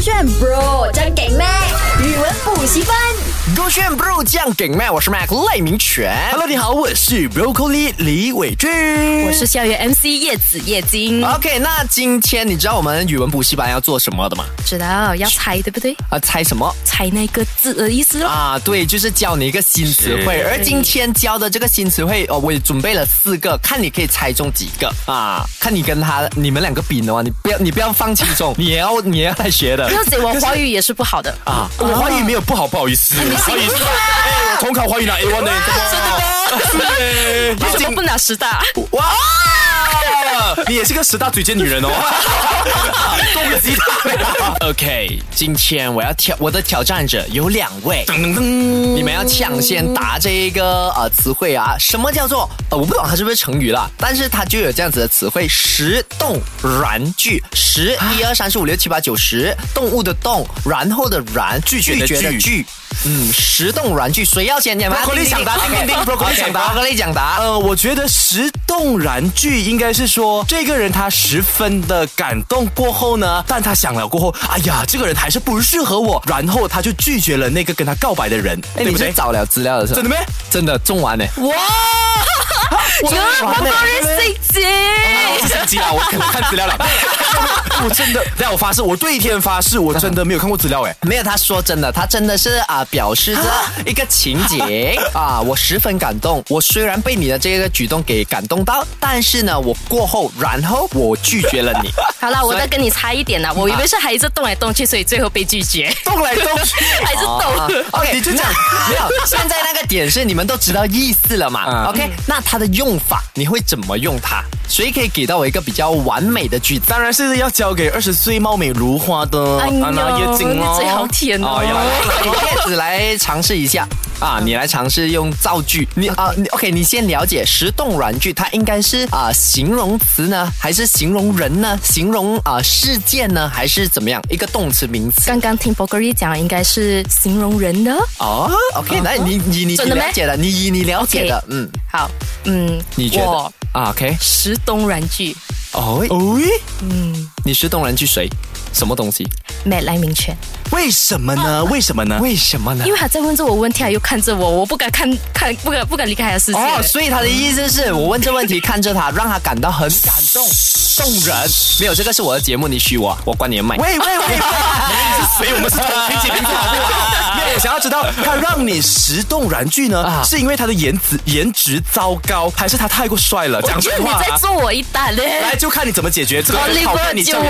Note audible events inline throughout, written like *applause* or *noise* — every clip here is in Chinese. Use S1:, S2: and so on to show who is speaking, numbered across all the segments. S1: 炫 Bro 真给力，语文补习班。
S2: 勾选 bro 酱梗麦，我是 Mac 赖明全。Hello，你好，我是 Broccoli 李伟俊。嗯
S3: 我是校园 MC 叶子叶金，
S2: OK，那今天你知道我们语文补习班要做什么的吗？
S3: 知道要猜对不对？
S2: 啊，猜什么？
S3: 猜那个字的意思咯。
S2: 啊，对，就是教你一个新词汇，而今天教的这个新词汇，哦，我也准备了四个，看你可以猜中几个啊？看你跟他你们两个比的话，你不要你不要放弃中， *laughs* 你也要你也要来学的
S3: 不要紧，我华语也是不好
S4: *laughs*
S3: 的。
S2: 啊。
S4: 我华语没有不好，不好意思，华语是，哎，我统考华语拿
S2: *laughs*
S4: A one 呢，真的吗？是呢
S3: 为什么不拿十大？
S2: 哇！
S4: 你也是个十大嘴贱女
S2: *laughs*
S4: 人哦，恭喜他。
S2: OK，今天我要挑我的挑战者有两位，你们要抢先答这一个呃词汇啊，什么叫做呃我不懂它是不是成语啦，但是它就有这样子的词汇，十动然拒，十一二三四五六七八九十，动物的动，然后的然，拒
S4: 绝的拒
S2: 拒，嗯，十动然拒，谁要先啊讲
S4: Broccoli 抢答叮叮叮，Broccoli 抢答
S2: ，Broccoli 抢答，
S4: 呃，我觉得十动然拒应该是说，这个人他十分的感动过后呢，但他想了过后，哎呀，这个人还是不适合我，然后他就拒绝了那个跟他告白的人，
S2: 哎，
S4: 对
S2: 你
S4: 不
S2: 是
S4: 对？
S2: 找了资料的是吧
S4: 真的咩？
S2: 真的中完呢，
S3: 哇，有人
S2: 完
S3: 广
S2: 了
S3: 东人心机。
S4: 我是神机啊，我可能看资料了。我真的，但我发誓，我对天发誓，我真的没有看过资料哎。
S2: 没有，他说真的，他真的是啊、表示着一个情
S4: *laughs*
S2: 景啊，我十分感动。我虽然被你的这个举动给感动到，但是呢，我过后，然后我拒绝
S4: *laughs*
S2: 了你，
S3: 好了，我再跟你猜一点啦，我以为是孩子动来动去，所以最后被拒
S4: *laughs*
S3: 绝。
S4: 动来动去，
S3: 还是
S2: 啊
S3: 动。
S2: OK，
S4: 你就讲
S2: 那没有。现在那个点是你们都知道意思了嘛
S4: 嗯
S2: ？OK，那它的用法你会怎么用它？谁可以给到我一个比较完美的句子？
S4: 当然是要交给二十岁貌美如花的
S3: 哎呦，
S4: 安娜叶静
S3: 你
S4: 哦。
S3: 嘴好甜
S4: 哎呀
S3: 哦。
S2: 叶子来尝试一下啊，你来尝试用造句。你啊你，OK，你先了解十动软句，它应该是啊、形容词呢，还是形容人呢？形容啊、事件呢，还是怎么样？一个动词名词。
S3: 刚刚听 b o g r y 讲，应该是形容人的。
S2: 哦，OK，那你你你
S3: 真
S2: 你
S3: 的咩
S2: 了解的，你你了解的
S3: OK
S2: 嗯，
S3: 好，嗯，
S2: 你觉得
S3: 我
S2: 啊？OK，
S3: 十东然句，
S2: 哦，
S4: 哦喂，
S2: 你十动软句谁？什么东西？
S3: 麦来明权。
S4: 为什么呢？为什么呢？
S2: 为什么呢
S3: 因？为他在问着我问题，他又看着我，我不敢看看，不敢不敢离开他的视线。
S2: 哦，所以他的意思是我问这问题，看着他，让他感到很感动、动人。没有，这个是我的节目，你许我，我关你的麦。
S4: 喂喂喂喂，你是谁？我们是同平起平坐
S2: *laughs*
S4: 好 *laughs* 不好？哎没有，我想要知道他让你十动燃具呢，
S2: 啊
S4: 是因为他的颜值颜值糟糕，还是他太过帅了？讲
S3: 我觉
S4: 真
S3: 得你
S4: 话
S3: 在
S4: 啊，
S3: 做我一蛋嘞。
S4: 来就看你怎么解决这个
S3: 哦立
S4: 考
S3: 波
S4: 验你
S3: 救
S4: 这么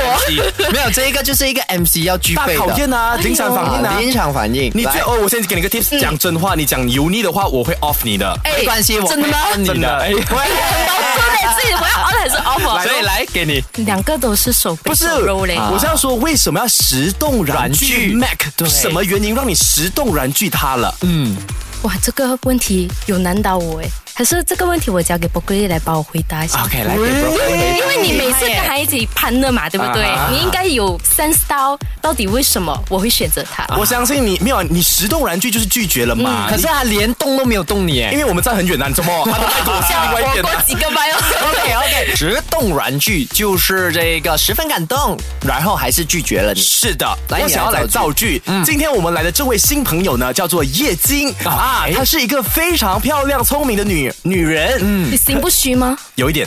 S3: 我
S2: 没有，这一个就是一个 MC 要具
S4: 大
S2: 备的
S4: 考验啊，临场反应啊
S2: 啊，。临场反应。
S4: 你最
S2: 来
S4: 哦，我先给你个 tips，讲真话，你讲油腻的话，我会 off 你的。
S3: 哎
S2: 没关系，我
S3: 真的吗？
S2: 会帮你
S4: 真 *laughs* 的
S2: 的
S4: 哎。
S3: 很矛盾嘞，自己我要 on 还是 off？啊
S2: 所以来给你，
S3: 两个都是手背
S4: 不是，啊
S3: 手肉嘞。
S4: 我是要说为什么要十动燃
S2: 燃具
S4: 具 Mac？
S2: 对
S4: 什么原因让你十动燃具它了？
S2: 嗯，
S3: 哇，这个问题有难倒我哎，还是这个问题我交给博贵来帮我回答一下。
S2: OK，来给哎 bro 回
S3: 因
S2: 答。
S3: 为你每次跟他一起攀的嘛，对不对
S4: 啊？
S3: 你应该有 sense 到到底为什么我会选择他。
S4: 我相信你没有，你十动燃具就是拒绝了嘛。
S2: 嗯可是他连动都没有动你
S4: 因
S2: 哎。
S4: 为我们站很远呐、你怎 *laughs* 么？他都在躲
S3: 这样
S4: 向另外一
S3: 我
S4: 边
S3: 过
S4: 啊
S3: 几个班哦。
S2: OK OK，直动软句就是这个十分感动，然后还是拒绝了你。
S4: *laughs* 是的，
S2: 来
S4: 我
S2: 你
S4: 想要
S2: 来
S4: 来
S2: 造
S4: 造句。嗯今天我们来的这位新朋友呢，叫做叶金啊，她是一个非常漂亮、聪明的女女人。嗯，
S3: 你心不虚
S4: *laughs*
S3: 吗？
S4: 有一点。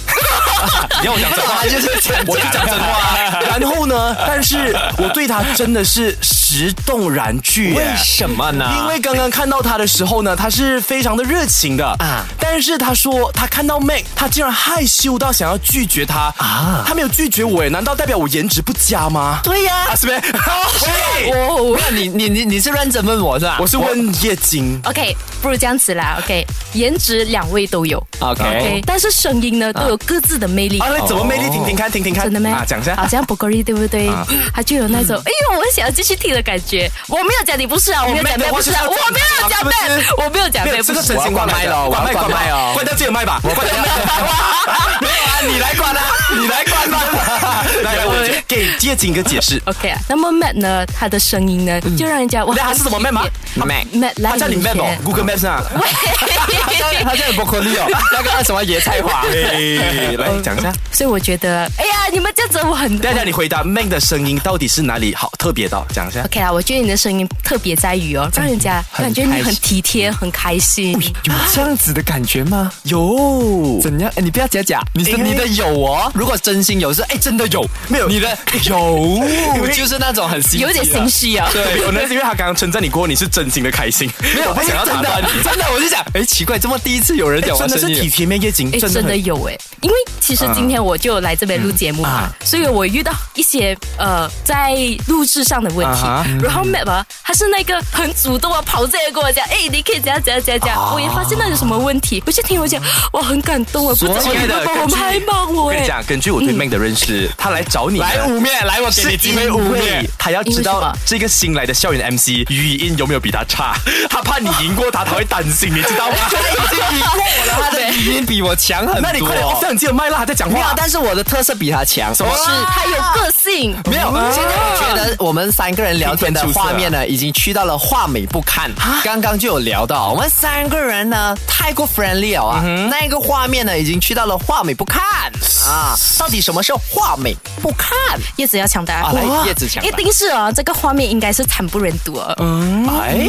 S4: 你要我讲真话
S2: 他就是讲
S4: 我就讲真 *laughs* 话。然后呢，但是我对她真的是十动然拒耶。
S2: 为什么呢？
S4: 因为刚刚看到他的时候呢，他是非常的热情的
S2: 啊
S4: 啊，但是他说他看到 Mac，他竟然害羞到想要拒绝他
S2: 啊
S4: 啊，他没有拒绝我耶，难道代表我颜值不佳吗？
S2: 对呀
S4: 啊，，是不是？喂
S3: 哦
S2: 没有你你你你是认真问我是吧？
S4: 我是问叶金，
S3: OK，不如这样子啦。OK，颜值两位都有
S2: OK
S3: OK，但是声音呢都有各自的魅力。
S4: 啊，那怎么魅力？听听看，听听看，
S3: 哦真的吗？
S4: 啊，讲一下嗯
S3: 好。像 b o g r y 对不对？他就有那种，哎呦，我想要继续听的感觉。我没有讲你不是啊，我没有
S4: 哦
S3: 讲妹不是啊，我没有讲妹，我啊没有讲
S4: 没
S3: 妹
S4: 有，
S3: 不
S4: 这个
S3: 是。
S4: 真心话来的
S2: 我要关麦了我要关麦哦
S4: 关掉自己的麦吧，我关掉麦。
S2: 没有啊，你来管啊，你来管吧。
S4: 来，我给叶景一个解释，
S3: OK 啊，那么 Matt 呢？他的声音呢，就让人家哇，
S4: 那他是什么嗯 Matt 吗
S2: 麦，
S3: Matt 来
S4: 他叫你
S3: *laughs*
S4: Map 哦，Google Maps 啊。
S3: 喂，
S2: 他叫你 broccoli 哦，那个什么野菜 *laughs* 花。
S4: 哎来讲一下，
S3: *laughs* 所以我觉得，哎呀，你们这样子我很
S4: 大家你回答 Mac 的声音到底是哪里好特别的？讲一下。
S3: OK 啦，我觉得你的声音特别在于哦，让人家
S2: 很
S3: 感觉你
S2: 开
S3: 很
S2: 心
S3: 体贴、很开
S4: *laughs*
S3: 心。
S2: 哎有这样子的感觉吗？
S4: 有，
S2: 怎样？哎，你不要假假，你是
S4: 因为
S2: 你的有哦。如果真心有是，哎，真的有，
S4: 没有
S2: 你的
S4: 有，
S2: 有 *laughs* 就是那种很心机的
S3: 有点心虚啊，
S4: 对，可能是因为他刚刚称赞你过后，你是真心的开心，
S2: 没有，
S4: 我不想要
S2: 哎
S4: 打
S2: 真
S4: 断
S2: 的
S4: 你。
S2: 真的，我就想，哎，奇怪，怎么第一次有人
S4: 哎
S2: 讲我
S4: 真的
S2: 声
S4: 是体
S2: 音？
S4: 贴面夜景，
S3: 哎，
S4: 真的
S3: 真的
S4: 很嗯
S3: 有哎，因为其实今天我就来这边录节目嘛，所以我遇到一些呃在录制上的问题
S4: 啊哈，
S3: 然后 Map 啊，他是那个很主动啊，跑这来跟我讲，哎，你可以怎样怎样怎样怎
S4: 哦
S3: 样，我也发现那有什么问题，我就听我讲，我很感动啊，不
S4: 所
S3: 知道
S4: 以
S3: 你
S4: 的
S3: 们帮我
S4: 根据
S3: 拍帮我
S4: 我跟
S3: 哎
S4: 你，讲，根据我对 Mac 的认识，他来找你呢啊
S2: 来五面，来我给你
S4: 是
S2: 机
S4: 因
S2: 会五面
S4: 为。他要知
S3: 因为什
S4: 道
S3: 么
S4: 这个新来的校园 MC 语音有没有比他差，他怕你赢过他，他会担心，你知道吗？
S2: 已经赢过我了，他的语音比我强很多。
S4: 哎那你快点，哦，摄像机的麦啦，他在讲
S2: 没有
S4: 话，。
S2: 但是我的特色比他强。什
S3: *laughs* 是他有个性，
S2: 没有，现在我觉得我们三个人聊天的画面呢，已经去到了画美不堪。刚刚就有聊到，我们三个人呢太过 friendly 了啊，那个画面呢已经去到了画美不堪 *laughs* 啊。到底什么是画美不堪？
S3: 叶子要抢答
S2: 啊，来
S3: 哇
S2: 叶子抢答
S3: 一定是啊，这个画面应该是惨不忍睹啊。
S2: 哎，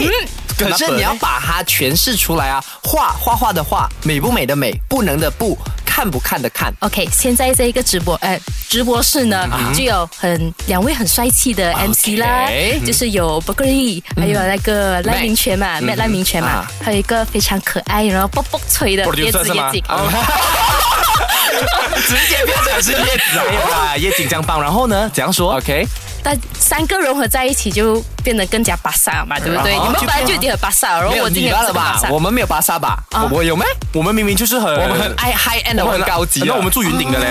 S2: 可
S4: 那
S2: 是
S4: 本
S2: 你要把它诠释出来啊，画画画的画，美不美的美，不能的不，看不看的看。
S3: OK，现在这一个直播，呃，直播室呢，
S2: 嗯
S3: 就有很两位很帅气的 MC 啦
S2: 啊 OK 嗯
S3: 就是有 b u r g e r y 还有那个赖明权嘛，麦赖明权嘛
S2: 啊，
S3: 还有一个非常可爱然后啵啵吹的叶子叶子，
S2: *laughs*
S4: 啊直接不要讲是叶子啊，没有啦，叶景这样棒。然后呢，怎样说
S2: OK，
S3: 但三个融合在一起就变得更加巴萨
S2: 嗯
S3: 嘛，对不对？
S4: 啊
S3: 你们本来就已经很巴萨了，然
S2: 哦没
S3: 后
S2: 有
S3: 我今
S2: 你
S3: 天
S2: 罢
S3: 不
S2: 了
S3: 是巴
S2: 吧
S3: 萨，，
S2: 我们没有巴萨吧？我有吗？
S4: 我们明明就是很，
S2: 我们很爱哎 high end 的，我
S4: 我
S2: 很
S4: 很
S2: 高级啊的。
S4: 那
S2: *laughs*
S4: 我们住云顶的嘞。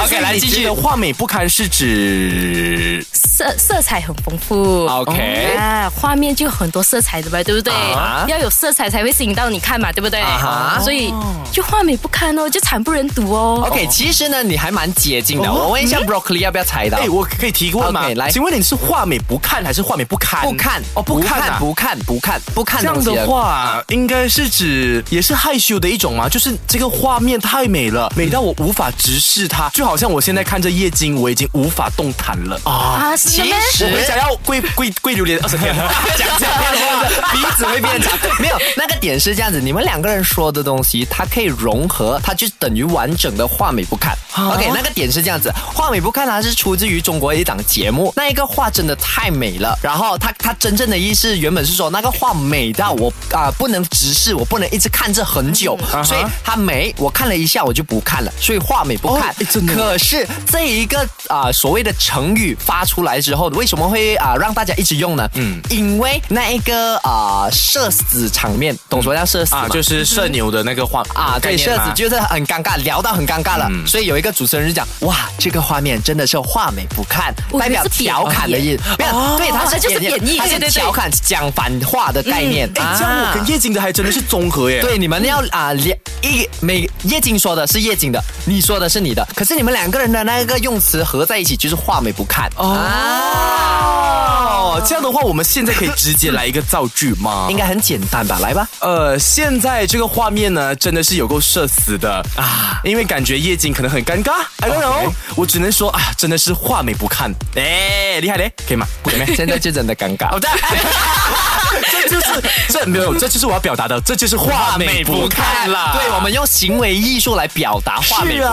S2: OK，来继续。
S4: 画美不堪是指
S3: 色色彩很丰富。
S2: OK
S3: 啊，画面就有很多色彩的嘛，对不对
S2: 啊
S3: 要有色彩才会吸引到你看嘛，对不对
S2: 啊哈
S3: 所以就画美不堪哦，就惨不忍睹哦。
S2: OK，其实呢，你还蛮接近
S4: 哦
S2: 的。我问一下 Broccoli 要不要猜到？
S4: 嗯哎，我可以提个问吗
S2: OK，？来
S4: 请问你是画美不看还是画美不堪？
S2: 不看
S4: 哦，不看啊。
S2: 不看啊不看不看
S4: 这样
S2: 东西
S4: 的话，应该是指也是害羞的一种嘛，就是这个画面太美了，美到我无法直视它，就好像我现在看着夜景，我已经无法动弹了
S2: 哦
S4: 啊！
S3: 啊，是的
S2: 其
S3: 咩？
S2: 实
S4: 我想要跪跪跪榴莲二十天，哎 *laughs* 讲这样的话，
S2: 鼻子会变长。没有，那个点是这样子，你们两个人说的东西，它可以融合，它就等于完整的画美不看。OK，那个
S4: 啊
S2: 点是这样子，画美不看它是出自于中国一档节目，那一个画真的太美了。然后它它真正的意思原本是说那个画美到我啊、不能直视，我不能一直看这很久，所以它美，我看了一下我就不看了，所以画美不看。
S4: 哦哎真 *laughs* 的
S2: 可是这一个啊、所谓的成语发出来之后，为什么会啊、让大家一直用呢？嗯，因为那一个啊、社死场面，懂什么叫社死吗？
S4: 啊，就是社牛的那个画
S2: 啊，对，
S4: 社
S2: 社死就是很尴尬，聊到很尴尬了，
S4: 嗯
S2: 所以有一个主持人就讲，哇，这个画面真的是画美不看，
S3: 我以
S2: 代
S3: 为
S2: 表
S3: 是贬义
S2: 调侃的意思，没有，
S4: 哦
S2: 对，它是
S3: 它就是贬义
S2: 它是
S3: 对对对嗯
S2: 调侃讲反话的概念，
S4: 哎，这样我跟夜景的还真的是综合耶。
S2: 对，你们要啊，连、一每叶静说的是叶静的，你说的是你的，可是你们两个人的那个用词合在一起就是画美不看啊，
S4: 哦，这样的话，我们现在可以直接来一个造句吗？
S2: 应该很简单吧？来吧，
S4: *laughs* 呃，现在这个画面呢，真的是有够社死的啊！因为感觉夜景可能很尴尬，I don't know，、
S2: OK
S4: 我只能说啊，真的是画美不看，哎，厉害嘞，可以吗？不可以咩
S2: 现在就真的尴尬
S4: 好。的， *laughs* 这就是这没有，这就是我要表达的，这就是画美不看啦。
S2: 对，我们用行为艺术来表达画美不
S4: 是
S2: 看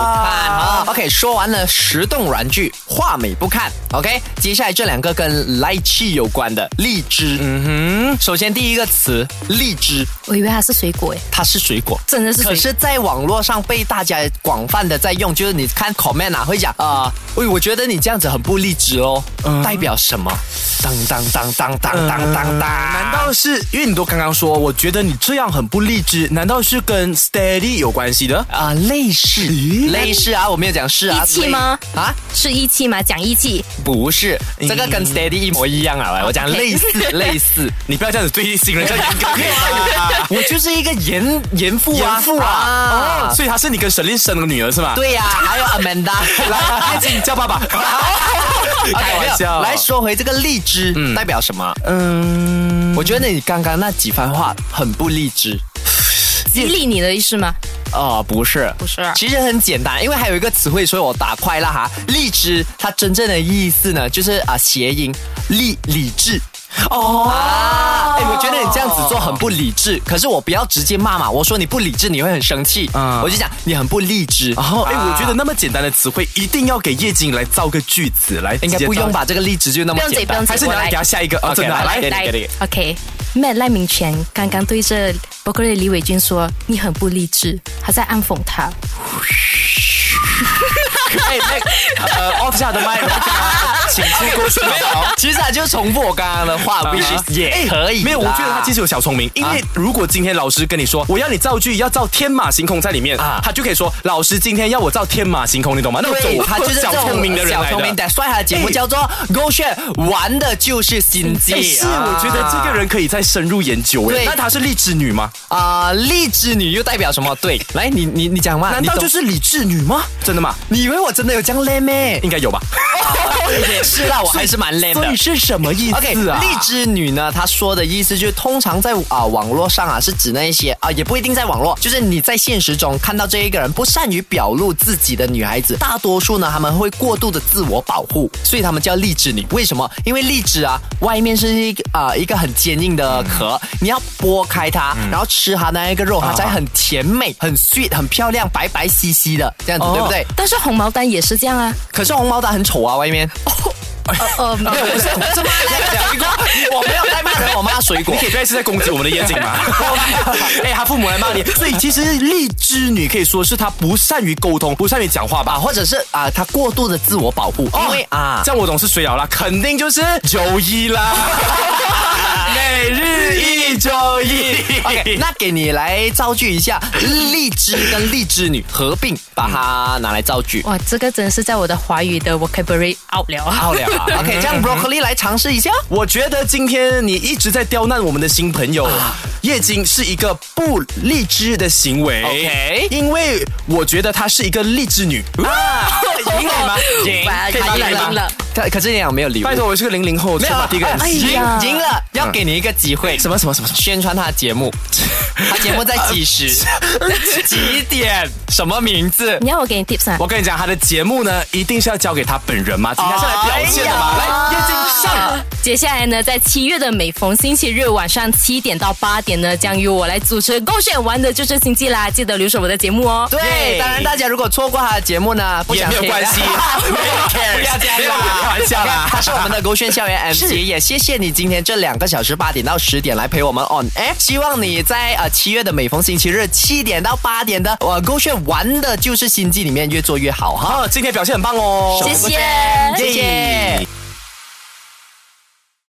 S2: 啊。
S4: 啊
S2: OK，说完了十动玩具，画美不看。OK，接下来这两个跟来气有关的荔枝。嗯哼，首先第一个词荔枝，
S3: 我以为它是水果诶，
S2: 它是水果，
S3: 真的是
S2: 可
S3: 水果。
S2: 是，在网络上被大家广泛的在用，就是你看 comment 啊，会讲啊，喂、我觉得你这样子嗯很不励志哦，代表什么？当当当当当当当当，
S4: 难道是是因为你都刚刚说，我觉得你这样很不励志，难道是跟 steady 有关系的？
S2: 啊，类似，类似啊，我没有讲是啊，
S3: 义气吗
S2: 类啊，
S3: 是义气吗？讲义气，
S2: 不是，这个跟 steady 一模一样啊，喂我讲类 *laughs* 似，类似，
S4: 你不要这样子对新人家严
S2: *laughs*
S4: 格啊！
S2: 我就是一个严严父啊，
S4: 严父啊！哦，所以她是你跟沈炼生的女儿是吗？，
S2: *laughs* 对呀、还有 Amanda，
S4: *laughs*
S2: 哎
S4: 来，哎请你
S2: *laughs*
S4: 叫爸爸。开玩笑，
S2: 来说回这个荔枝、代表什么？嗯，我觉得你刚刚那几番话很不励志。
S3: 激励你的意思吗？
S2: 哦，不是，
S3: 不是啊
S2: 其实很简单，因为还有一个词汇，所以我打快了哈。荔枝它真正的意思呢，就是啊、谐音理理智。哦，啊，哎，我觉得你这样子做很不理智，可是我不要直接骂嘛，我说你不理智，你会很生气，
S4: 嗯
S2: 我就讲你很不励志。
S4: 然后，哎，我觉得那么简单的词汇，一定要给叶晶来造个句子来。
S2: 应该不用？吧，这个荔枝就那
S3: 不
S2: 么
S3: 用
S2: 简
S3: 紧，不
S2: 单
S3: 用。紧，
S4: 还是你
S3: 我
S4: 要
S3: 来
S4: 给他下一个？哦，真的，
S2: 来
S4: 来，
S2: 给你
S3: 来
S2: 给你
S3: ，OK。妹赖明权刚刚对着伯克利李伟军说：“你很不励志。”他在暗讽他。
S4: 哎，那呃，off 下的麦，请出歌手。
S2: 其实啊，就重复我刚刚的话，which is 啊也可以。
S4: 哎
S2: 啊
S4: 没有，我觉得他其
S2: 实。
S4: 实有小聪明，因为如果今天老师跟你说我要你造句，要造天马行空在里面，
S2: 啊
S4: 他就可以说老师今天要我造天马行空，你懂吗？那
S2: 对，
S4: 种
S2: 他就是这
S4: 小
S2: 种
S4: 聪明的人
S2: 小
S4: 来
S2: 聪明
S4: 的。
S2: 的，所以他的节目叫做《勾选》，玩的就是心
S4: 哎
S2: 机。
S4: 是，我觉得这个人可以再深入研究。哎
S2: 啊对，
S4: 那她是励志女吗？
S2: 啊，励志女又代表什么？对，来，你你你讲嘛？
S4: 难道
S2: 你懂
S4: 就是理智女吗？真的吗？
S2: 啊你以为我真的有这样累咩？
S4: 应该有吧。
S2: 也 *laughs* 是啦，我还是蛮累的
S4: 所。以是什么意
S2: OK，
S4: 思啊？
S2: 荔枝女呢，她说的意思就是，通常在啊、网络上啊，是指那一些啊、也不一定在网络，就是你在现实中看到这一个人不善于表露自己的女孩子，大多数呢，她们会过度的自我保护，所以她们叫荔枝女。为什么？因为荔枝啊，外面是一个啊、一个很坚硬的壳，
S4: 嗯
S2: 你要剥开它，然后吃它那一个肉，它才很甜美、很 sweet、很漂亮、白白皙皙的这样子，
S4: 哦
S2: 对不对？
S3: 但是红毛丹也是这样啊。
S2: 可是红毛丹很丑啊，外面。
S3: *laughs* 呃，没
S2: 没有，我是我是骂水果，我没有在骂人，我骂水果
S4: *laughs* 你。可以不要一直在攻击我们的眼睛
S2: *laughs*
S4: 吗？ *laughs* 哎，他父母来骂你，所以其实荔枝女可以说是她不善于沟通，不善于讲话吧
S2: 啊，。或者是啊，他过度的自我保护，因为啊
S4: 哦这，样我懂是谁了啦，肯定就是九一
S2: *laughs*
S4: 啦，每日一周一。
S2: OK，那给你来造句一下，荔枝跟荔枝女合并，把它拿来造句。
S3: 哇，这个真是在我的华语的 vocabulary out 了啊。
S2: 好了啊，OK，这样 broccoli 来尝试一下。
S4: 我觉得今天你一直在刁难我们的新朋友，
S2: 啊
S4: 叶金是一个不励志的行为。
S2: OK
S4: 因为我觉得她是一个励志女啊，赢了吗？
S2: 赢
S3: 哇
S4: 可以吗
S3: 赢
S4: 可以吗
S3: 了赢了。
S2: 可可是你俩没有礼物，
S4: 拜托，我是个零零后，
S2: 没
S4: 没
S2: 有
S4: 有第一个人
S2: 哎
S4: 死。
S2: 赢
S3: 呀
S2: 赢了，要给你一个机会。
S4: 什么什么什么什么？
S2: 宣传他的节目，他节目在几时、几点、什么名字？
S3: 你要我给你 tips 啊？
S4: 我跟你讲，他的节目呢，一定是要交给他本人嘛，今天是来表现的嘛。
S2: 哎呀
S4: 来，叶金上。
S3: 接下来呢，在七月的每逢星期日晚上七点到八点呢，将由我来主持《勾选玩的就是经济》啦，记得留守我的节目哦。
S2: 对，
S4: 耶
S2: 当然大家如果错过他的节目呢，不
S4: 也
S2: 想
S4: 没有
S2: 听啊
S4: 关系
S2: *laughs* 不要这样
S4: 没有
S2: 啦，
S4: 开玩笑啦
S2: 他是我们的勾选校园 MC，也谢谢你今天这两个小时八点到十点来陪我们 on air。希望你在呃七月的每逢星期日七点到八点的呃勾选玩的就是心机里面越做越好哈。
S4: 啊，今天表现很棒哦。
S3: 谢谢，谢谢。
S2: 耶